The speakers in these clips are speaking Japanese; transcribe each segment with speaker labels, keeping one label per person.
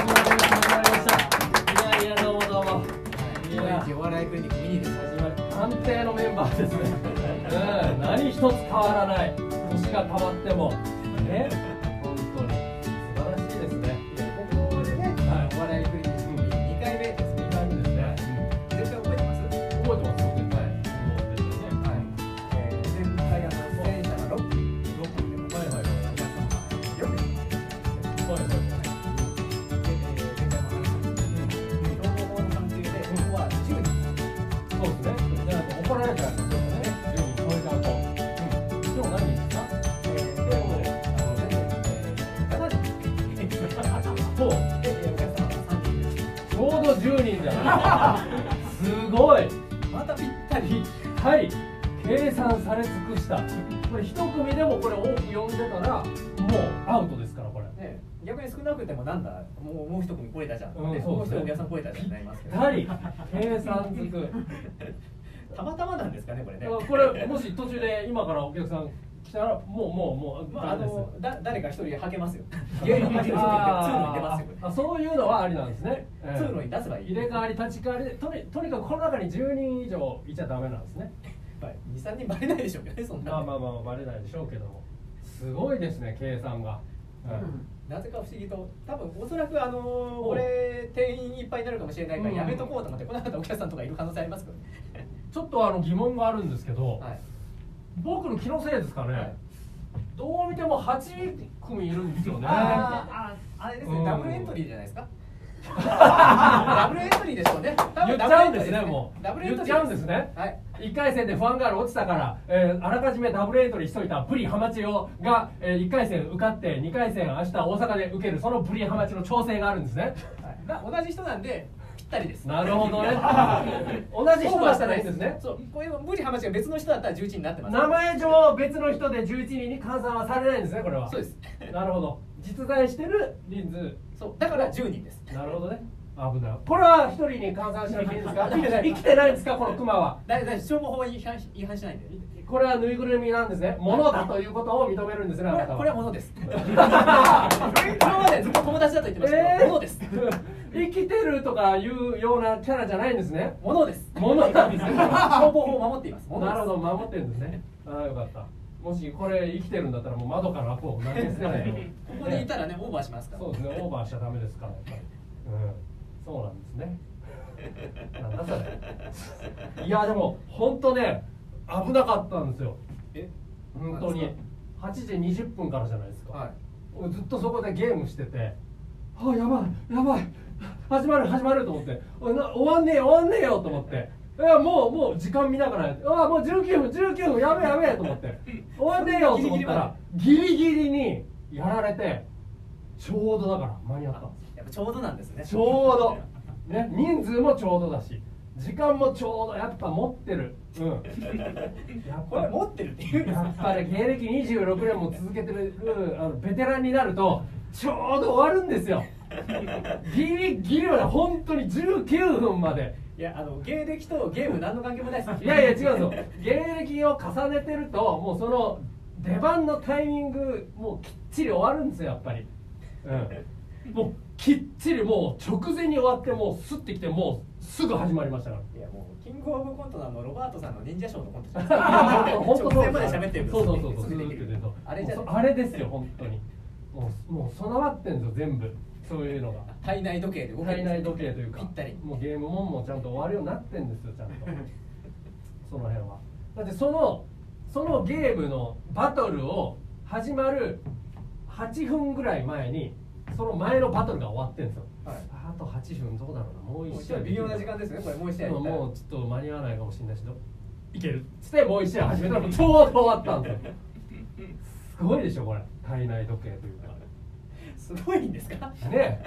Speaker 1: いやいやどうもどうも
Speaker 2: いやお笑いクリニックミニです。
Speaker 1: 始まり探偵のメンバーですね、うん、何一つ変わらない年が変わってもね本当に素晴らしいですね
Speaker 2: ここでね、
Speaker 1: はい
Speaker 2: お笑いクリニックミニ2回目ですね。
Speaker 1: いい感じですね
Speaker 2: 絶対覚えてます。はい。
Speaker 1: 覚えてますよ絶対そうですよね
Speaker 2: えー前回あの出演者が六六分で。
Speaker 1: はいはいはい
Speaker 2: 皆さんはよく見てます
Speaker 1: はいはいはい
Speaker 2: でえー前回も話したんですけど、情報の関係で、ここは自由に
Speaker 1: そうですねじゃなくて怒られちゃうんですよね順に超えちゃうと、うん、今日何ですか
Speaker 2: えー手をあの全部えーただで
Speaker 1: ほう
Speaker 2: でえーお客様が三人いる
Speaker 1: ちょうど10人じゃない すごい
Speaker 2: またぴったり
Speaker 1: ぴったり計算され尽くしたこれ一組でもこれ多く呼んでたらもうアウトですからこれ
Speaker 2: ね逆に少なくてもなんだもうもう一組超えたじゃん、
Speaker 1: うん
Speaker 2: で
Speaker 1: そう
Speaker 2: もう
Speaker 1: です
Speaker 2: 一
Speaker 1: ね
Speaker 2: 人お客さん超えたじゃんになりますけ
Speaker 1: ぴ
Speaker 2: ど
Speaker 1: ったり計算尽く
Speaker 2: たまたまなんですかねこれね
Speaker 1: だからこれもし途中で今からお客さん来たらもうもうもう
Speaker 2: まああ
Speaker 1: ダメです
Speaker 2: のだ誰か一人はけ ますよ芸人 はける人がいますよ
Speaker 1: あーあそういうのはありなんですね、ええ
Speaker 2: 通路に出せばいい
Speaker 1: 入れ替わり立ち替わりでとにとにかくこの中に10人以上いちゃダメなんですね
Speaker 2: 二三人バレないでしょうけどねそんな
Speaker 1: まあ
Speaker 2: の
Speaker 1: まあまあバレないでしょうけどもすごいですね計算が、うん
Speaker 2: なぜか不思議と多分おそらくあのー俺店員いっぱいになるかもしれないから
Speaker 1: うん
Speaker 2: やめとこうと思って来なかったお客さんとかいる可能性ありますけどね
Speaker 1: ちょっとあの疑問があるんですけど、
Speaker 2: はい
Speaker 1: 僕の気のせいですかね、
Speaker 2: はい
Speaker 1: どう見ても8組いるんですよね
Speaker 2: あーああれです
Speaker 1: うん
Speaker 2: ねダブルエントリーじゃない ですかダブルエントリーでしょうね多
Speaker 1: 言っ
Speaker 2: 分
Speaker 1: ち
Speaker 2: ダブル
Speaker 1: ゃう
Speaker 2: エ
Speaker 1: ん
Speaker 2: ン
Speaker 1: で
Speaker 2: トリ
Speaker 1: すね
Speaker 2: ー
Speaker 1: もう
Speaker 2: ダブルエン
Speaker 1: 言
Speaker 2: ト
Speaker 1: っ
Speaker 2: リ
Speaker 1: ち
Speaker 2: ー
Speaker 1: ゃうんですね
Speaker 2: はい
Speaker 1: 1回戦でファンガール落ちたから、えーあらかじめダブルエントリーしといたブリハマチをが、え1回戦受かって2回戦明日大阪で受けるそのブリハマチの調整があるんですね
Speaker 2: はいな同じ人なんでぴったりです
Speaker 1: なるほどね同じ人だったらいいんですね
Speaker 2: そうこういう無理話が別の人だったら11になってます
Speaker 1: 名前上別の人で11人に換算はされないんですねこれは
Speaker 2: そうです
Speaker 1: なるほど実在してる人数
Speaker 2: そうだから10人です
Speaker 1: なるほどね。危ない。これは一人に換算しなきゃいいんです か。生きてない。生きてないんですか、このクマは。
Speaker 2: だいだい消防法に違反し違反しないんで
Speaker 1: これはぬいぐるみなんですね。物だということを認めるんですね。
Speaker 2: こ
Speaker 1: あ
Speaker 2: れ
Speaker 1: なたは。
Speaker 2: はこれは物です。 今までずっと友達だと言ってましたけど、物です。
Speaker 1: えー生きてるとかいうようなキャラじゃないんですね。
Speaker 2: 物です。
Speaker 1: 物なんですね。
Speaker 2: 消防法を守っています。物で
Speaker 1: な
Speaker 2: す
Speaker 1: るほど、守ってるんですね。ああ、よかった。もしこれ生きてるんだったら、もう窓からこう投げ捨てないと。
Speaker 2: ここにいたらね、オーバーしますから。
Speaker 1: そうですね、オーバーしちゃダメですから、やっぱり。うん、そうなんです ね。なんだそれ。いや、でも、本当ね、危なかったんですよ。
Speaker 2: え、
Speaker 1: 本当に。8時20分からじゃないですか。
Speaker 2: は
Speaker 1: ずっとそこでゲームしてて。あ、やばい、やばい。始まる、始まると思って。おいな終わんねえよ、終わんねえよと思って。いやもうもう時間見ながらやってあもう19分19分やべえやべえと思って終わんねえよと思ったらギリギリにやられてちょうどだから間に合ったんです
Speaker 2: い。やっぱちょうどなんですね。
Speaker 1: ちょうど、ね、人数もちょうどだし時間もちょうどやっぱ持ってる、うん、やっ
Speaker 2: これ
Speaker 1: ぱ
Speaker 2: 持ってるっていうんです
Speaker 1: や
Speaker 2: か
Speaker 1: っ。ぱり芸歴26年も続けてるうんあのベテランになるとちょうど終わるんですよギリギリまで本当に19分まで
Speaker 2: いや、あの芸歴とゲーム何の関係もないです。
Speaker 1: いやいや違うんですよ芸歴を重ねてるともうその出番のタイミングもうきっちり終わるんですよやっぱり、うん、もうきっちりもう直前に終わってもうすってきてもうすぐ始まりましたから
Speaker 2: いやもうキングオブコントのあのロバートさんの忍者ショーのコントじゃないですか
Speaker 1: 本当
Speaker 2: 直前まで喋ってる
Speaker 1: そうそうそうそう
Speaker 2: すぐできるあれじゃ
Speaker 1: もう
Speaker 2: ない
Speaker 1: そあれですよ本当にもうもう備わってんですよ全部そういうのが
Speaker 2: 体内時計で動ける
Speaker 1: 体内時計というか
Speaker 2: ぴったり
Speaker 1: もうゲームもんもちゃんと終わるようになってんですよちゃんとその辺はだってそのそのゲームのバトルを始まる8分ぐらい前にその前のバトルが終わってんですよ、
Speaker 2: はい
Speaker 1: あと8分どうだろうなもう
Speaker 2: もう
Speaker 1: 一
Speaker 2: 一
Speaker 1: 試合
Speaker 2: 応微妙な時間ですねこれもう一試合やったら
Speaker 1: もうちょっと間に合わないかもしれないしどいけるっつってもう一試合始めたらもうちょうど終わったんですよすごいでしょこれ体内時計というか
Speaker 2: すごいんですか
Speaker 1: ねえ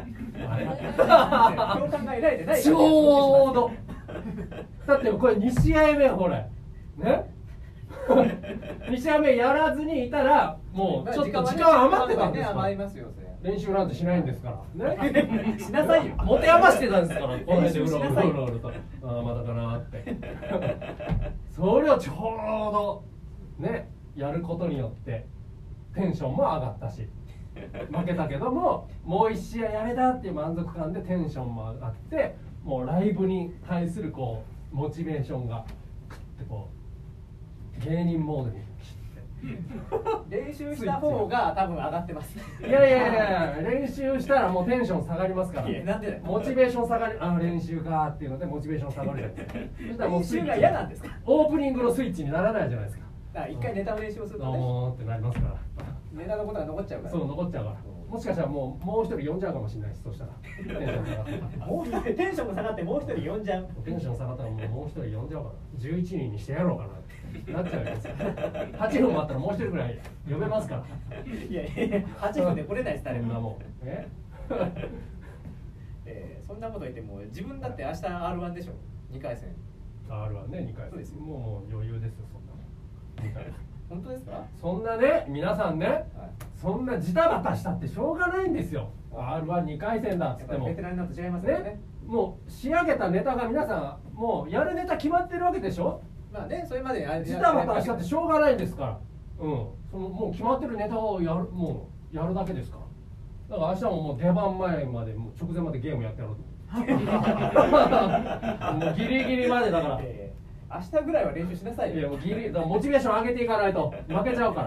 Speaker 1: あ
Speaker 2: 共
Speaker 1: れ
Speaker 2: 感が得られてな い
Speaker 1: ちょうどだってこれ2試合目ほれ ね2試合目やらずにいたらもうちょっと時間余ってたんです
Speaker 2: ね
Speaker 1: か
Speaker 2: 余り
Speaker 1: ら
Speaker 2: ますよそれ
Speaker 1: 練習なんてしないんですからね
Speaker 2: しなさいよ
Speaker 1: 持て余してたんですから、この辺でう
Speaker 2: 練習
Speaker 1: ろ
Speaker 2: し
Speaker 1: う
Speaker 2: な
Speaker 1: ろう
Speaker 2: さいよ
Speaker 1: ろうろと、ああ、まだかなーって。それをちょうど、ね、やることによって、テンションも上がったし、負けたけどももう1試合やれたっていう満足感でテンションも上がってもうライブに対するこうモチベーションがクッてこう芸人モードに
Speaker 2: 練習した方が多分上がってます
Speaker 1: いやいやい やいや練習したらもうテンション下がりますから
Speaker 2: いやなんでだよ
Speaker 1: モチベーション下がりあ練習かーっていうのでモチベーション下がるじゃない ですかそしたらもうスイッチ
Speaker 2: 練習が嫌なんですか
Speaker 1: オープニングのスイッチにならないじゃないですか
Speaker 2: だから一回ネタの練習をす
Speaker 1: ど
Speaker 2: る
Speaker 1: う
Speaker 2: とね
Speaker 1: もーってなりますから
Speaker 2: ネタのことが残っちゃうから
Speaker 1: そう残っちゃうからもしかしたらもうもう一人呼んじゃうかもしれないですそしたらテンション下がったら
Speaker 2: もう一人テンションも下がってもう一人呼んじゃう
Speaker 1: テンション下がったらもうもう一人呼んじゃおうかな11人にしてやろうかなってなっちゃうやつ8分もあったらもう一人ぐらい呼べますから
Speaker 2: いやいや8分で来れないです誰
Speaker 1: そんな
Speaker 2: も、
Speaker 1: もんえ
Speaker 2: えーそんなこと言っても自分だって明日 r 1でしょ2回戦
Speaker 1: R はね2回
Speaker 2: そうですよ
Speaker 1: もうもう余裕ですよそんなもん二回
Speaker 2: 本当ですか、はい、
Speaker 1: そんなね皆さんねそんなジタバタしたってしょうがないんですよ R は2回戦だっつ
Speaker 2: や
Speaker 1: っ
Speaker 2: ってぱ
Speaker 1: も
Speaker 2: ベテランになると違いますよね
Speaker 1: ねもう仕上げたネタが皆さんもうやるネタ決まってるわけでしょ
Speaker 2: まあねそれまであれ
Speaker 1: ジタバタしたってしょうがないんですから、うん、そのもう決まってるネタをやるもうやるだけですからだから明日ももう出番前までもう直前までゲームやってや ろうと思ってもうギリギリまでだからい
Speaker 2: えー明日ぐらいは練習しなさい
Speaker 1: やも
Speaker 2: よ
Speaker 1: うギリだからモチベーション上げていかないと負けちゃうか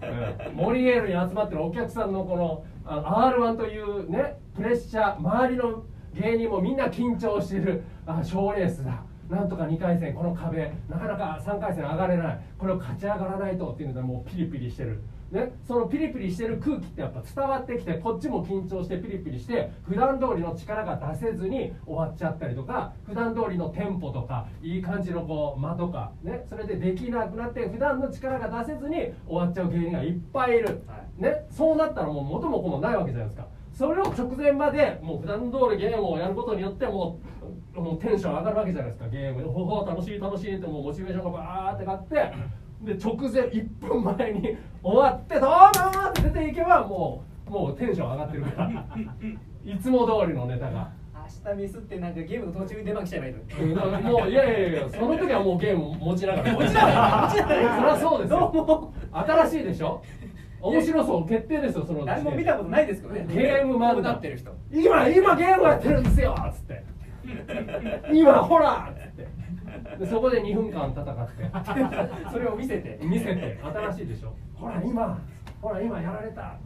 Speaker 1: ら、うん、モリエールに集まってるお客さんのこのあ R1 というねプレッシャー周りの芸人もみんな緊張してるあ賞レースだなんとか2回戦この壁なかなか3回戦上がれないこれを勝ち上がらないとっていうのでもうピリピリしてる、ね、そのピリピリしてる空気ってやっぱ伝わってきてこっちも緊張してピリピリして普段通りの力が出せずに終わっちゃったりとか普段通りのテンポとかいい感じのこう間とか、ね、それでできなくなって普段の力が出せずに終わっちゃう芸人がいっぱいいる、
Speaker 2: は
Speaker 1: ね、そうなったらもう元も子もないわけじゃないですかそれを直前までもう普段通りゲームをやることによってもうもうテンション上がるわけじゃないですかゲームで「ほほ楽しい楽しい」ってもうモチベーションがバーって上がってで直前1分前に終わって「どうも!」って出ていけばもうもうテンション上がってるからいつも通りのネタが。
Speaker 2: 明日ミスってなんかゲームの途中に出番来ちゃえばいいの
Speaker 1: う
Speaker 2: に
Speaker 1: んだからもういやいやいやその時はもうゲーム持ちながら持ち
Speaker 2: ながら持ちながら
Speaker 1: そりゃそうですよ
Speaker 2: どうも
Speaker 1: 新しいでしょ面白そう決定ですよその
Speaker 2: 誰も見たことないですけどね
Speaker 1: ゲーム漫画
Speaker 2: こうなってる人
Speaker 1: 今今ゲームやってるんですよつって今ほらつってでそこで2分間戦って
Speaker 2: それを見せて
Speaker 1: 見せて新しいでしょほら今ほら今やられた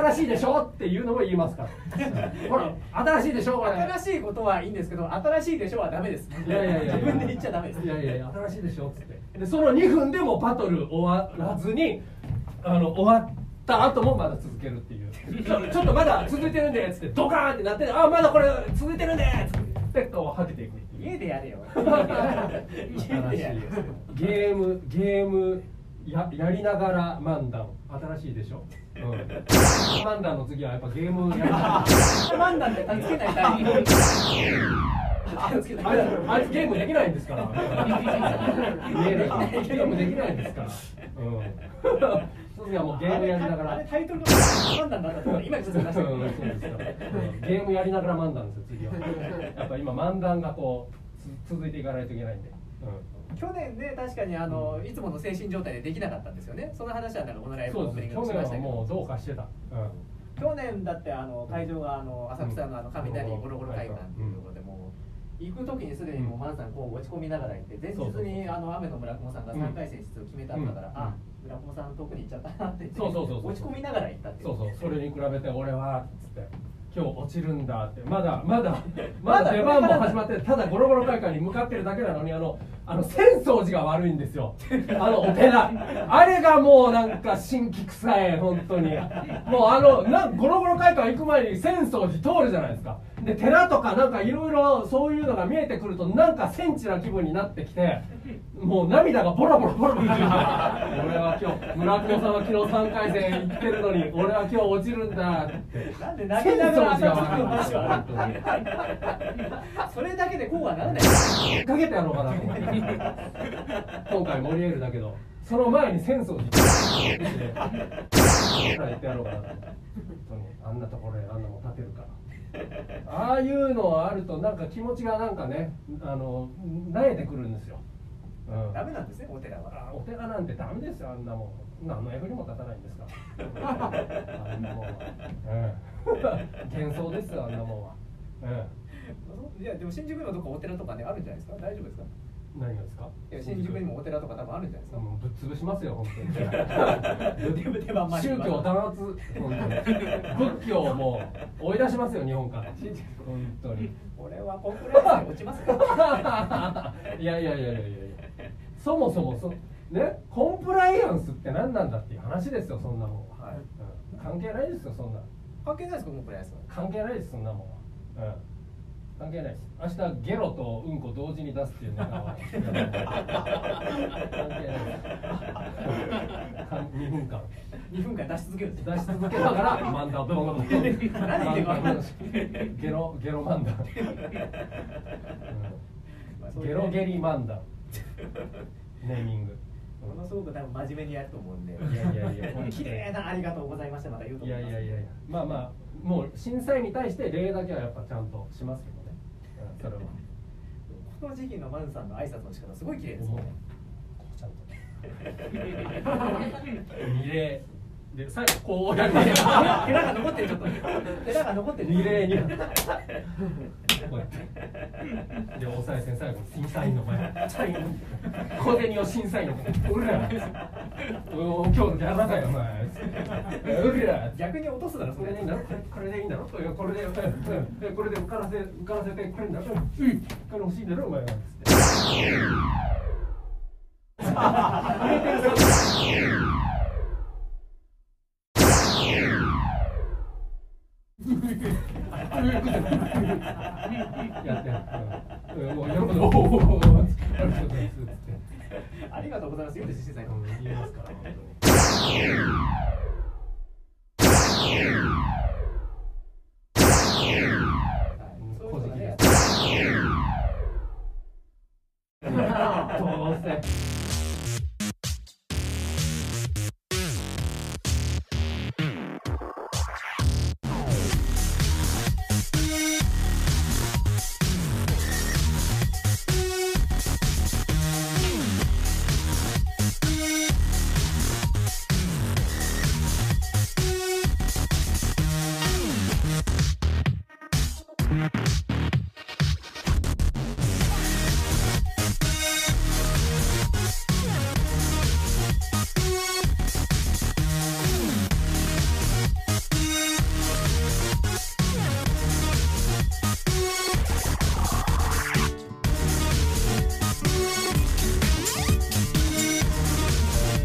Speaker 1: 新しいでしょっていうのも言いますからほら新しいでしょこれ
Speaker 2: 新しいことはいいんですけど新しいでしょはダメです
Speaker 1: いやいやいやいや
Speaker 2: 自分で言っちゃダメです
Speaker 1: いやいやいや新しいでしょっつってでその2分でもバトル終わらずにあの終わった後もまだ続ける っていうちょちょっとまだ続いてるんでっつってドカーンってなってあまだこれ続いてるんでっつってでこうはけていくっていう
Speaker 2: 家でやれよ家
Speaker 1: 新し
Speaker 2: で
Speaker 1: い
Speaker 2: やれよ
Speaker 1: ゲームゲームややりながら漫談新しいでしょ、うん、漫談の次はやっぱゲームやりながら
Speaker 2: マンダって助けないタイミング
Speaker 1: あいつあいつゲームできないんですから。家でゲームできないんですから。うん。その時はもうゲームやりなが
Speaker 2: あれ
Speaker 1: ら。
Speaker 2: タイトルのマンダになったと思って今ちょっと出して
Speaker 1: うんそうですからうんゲームやりながら漫談ですよ次は。やっぱ今漫談がこうつ続いていかないといけないんで。う
Speaker 2: 去年ね確かにあのいつもの精神状態でできなかったんですよねその話はなんかこのライ
Speaker 1: ん。
Speaker 2: ブ
Speaker 1: そ
Speaker 2: のオ
Speaker 1: う
Speaker 2: ープニ
Speaker 1: で
Speaker 2: ン
Speaker 1: す。
Speaker 2: グで
Speaker 1: 去年は
Speaker 2: もしましたけど
Speaker 1: もうどうかしてた。うん。
Speaker 2: 去年だってあの会場があの浅草のあの雷
Speaker 1: うん
Speaker 2: ゴロゴロ会館っていうところでもう行く時にすでにもうマンさんこう落ち込みながら行って前
Speaker 1: そうそう
Speaker 2: 日にあの雨の村雲さんが3回戦出場決めたんだから、
Speaker 1: うん
Speaker 2: あ村雲さん遠くに行っちゃったなって言って
Speaker 1: そうそうそうそう
Speaker 2: 落ち込みながら行ったってい
Speaker 1: そうそう。それに比べて俺はつって。今日落ちるんだってまだまだ
Speaker 2: ま
Speaker 1: ま
Speaker 2: だ
Speaker 1: だ出番も始まってただゴロゴロ会館に向かってるだけなのにあのあの浅草寺が悪いんですよあのお寺あれがもうなんか神気臭い本当にもうあのなんゴロゴロ会館行く前に浅草寺通るじゃないですかで寺とかなんかいろいろそういうのが見えてくるとなんかセンチな気分になってきてもう涙がボロボロボロボロ俺は今日村上さんは昨日3回戦行ってるの に俺は今日落ちるんだって
Speaker 2: なんで泣きながら浅草の話は
Speaker 1: 本当に
Speaker 2: それだけでこうはならない
Speaker 1: 引っ掛けてやろうかなと思って今回盛り得るだけどその前に浅草寺行ってやろうかなと思って本当にあんなところへあんなもん立てるからああいうのあるとなんか気持ちがなんかねあの慣れてくるんですよ、うん、
Speaker 2: ダメなんですねお寺は
Speaker 1: あお寺なんてダメですよあんなもん何の役にも立たないんですからあんなもんは、うん、幻想ですよあんなもんは、う
Speaker 2: いやでも新宿のどっかお寺とかねあるんじゃないですか大丈夫ですか
Speaker 1: ん、何がですか
Speaker 2: いや新宿にもお寺とか多分あるんじゃないですか
Speaker 1: もうぶっ潰しますよ本当に
Speaker 2: デブデバマリ
Speaker 1: 宗教弾圧本当 に仏教をもう追い出しますよ日本から本当に
Speaker 2: これはコンプライアンスに落ちますか
Speaker 1: いやいやいやいやいやいやそもそもそねコンプライアンスって何なんだっていう話ですよそんなもんは、
Speaker 2: はい
Speaker 1: うん関係ないですよそんな
Speaker 2: 関係ないですかコンプライアンスは
Speaker 1: 関係ないですそんなもんは、うん、関係ないです明日ゲロとうんこ同時に出すっていうネタは関係ないですか2分間
Speaker 2: 2分間出し続けるんです
Speaker 1: 出し続けなが ら漫談どうなの
Speaker 2: 何言ってるか分かんない
Speaker 1: ゲロゲロ 漫談、
Speaker 2: まあ
Speaker 1: う
Speaker 2: そ
Speaker 1: ん
Speaker 2: うい
Speaker 1: ゲ
Speaker 2: うね
Speaker 1: ロゲリ漫 談ネーミング
Speaker 2: ものすごく多分真面目にやると思うんで
Speaker 1: いやいやいや
Speaker 2: もう綺麗なありがとうございましたまた言うと
Speaker 1: い
Speaker 2: 思
Speaker 1: や
Speaker 2: い
Speaker 1: い
Speaker 2: ま
Speaker 1: や
Speaker 2: す
Speaker 1: いやいやまあまあもう震災に対して礼だけはやっぱちゃんとしますけどね、うん、それは
Speaker 2: この時期のマズさんの挨拶の仕方すごい綺麗です
Speaker 1: 思う
Speaker 2: ね
Speaker 1: こうちゃんと二礼で最後こうやって
Speaker 2: 寺が残ってるちょっと寺が残ってる
Speaker 1: 二礼にこうやってで大沢先最後に審査員の前チャイン小銭を審査員の前俺らお今日のギャラだからお前俺ら
Speaker 2: 逆に落とすならそ
Speaker 1: これ
Speaker 2: れ
Speaker 1: でいいんだろこれでいいんだろこれでこれでこれで浮からせ浮からせてくれんだろうんこれ欲しいんだろお前はやってやってうんうんもう喜んでおおおおおおありがとうございますつって
Speaker 2: ありがとうございます言うて実際
Speaker 1: うん言いますから本当に
Speaker 2: そういうことがね
Speaker 1: どうせ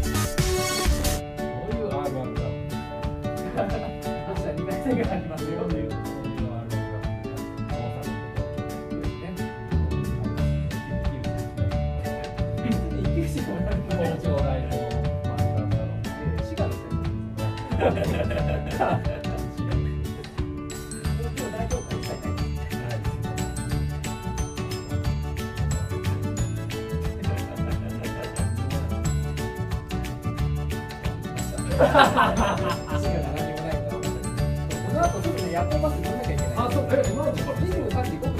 Speaker 1: どういうあるあるだ
Speaker 2: 明日2回戦がありますよというね一騎打ちもらうと滋賀の選手東京代表校一切ない足が長くないからこの後すぐね夜行バス乗んなきゃいけない。23時5分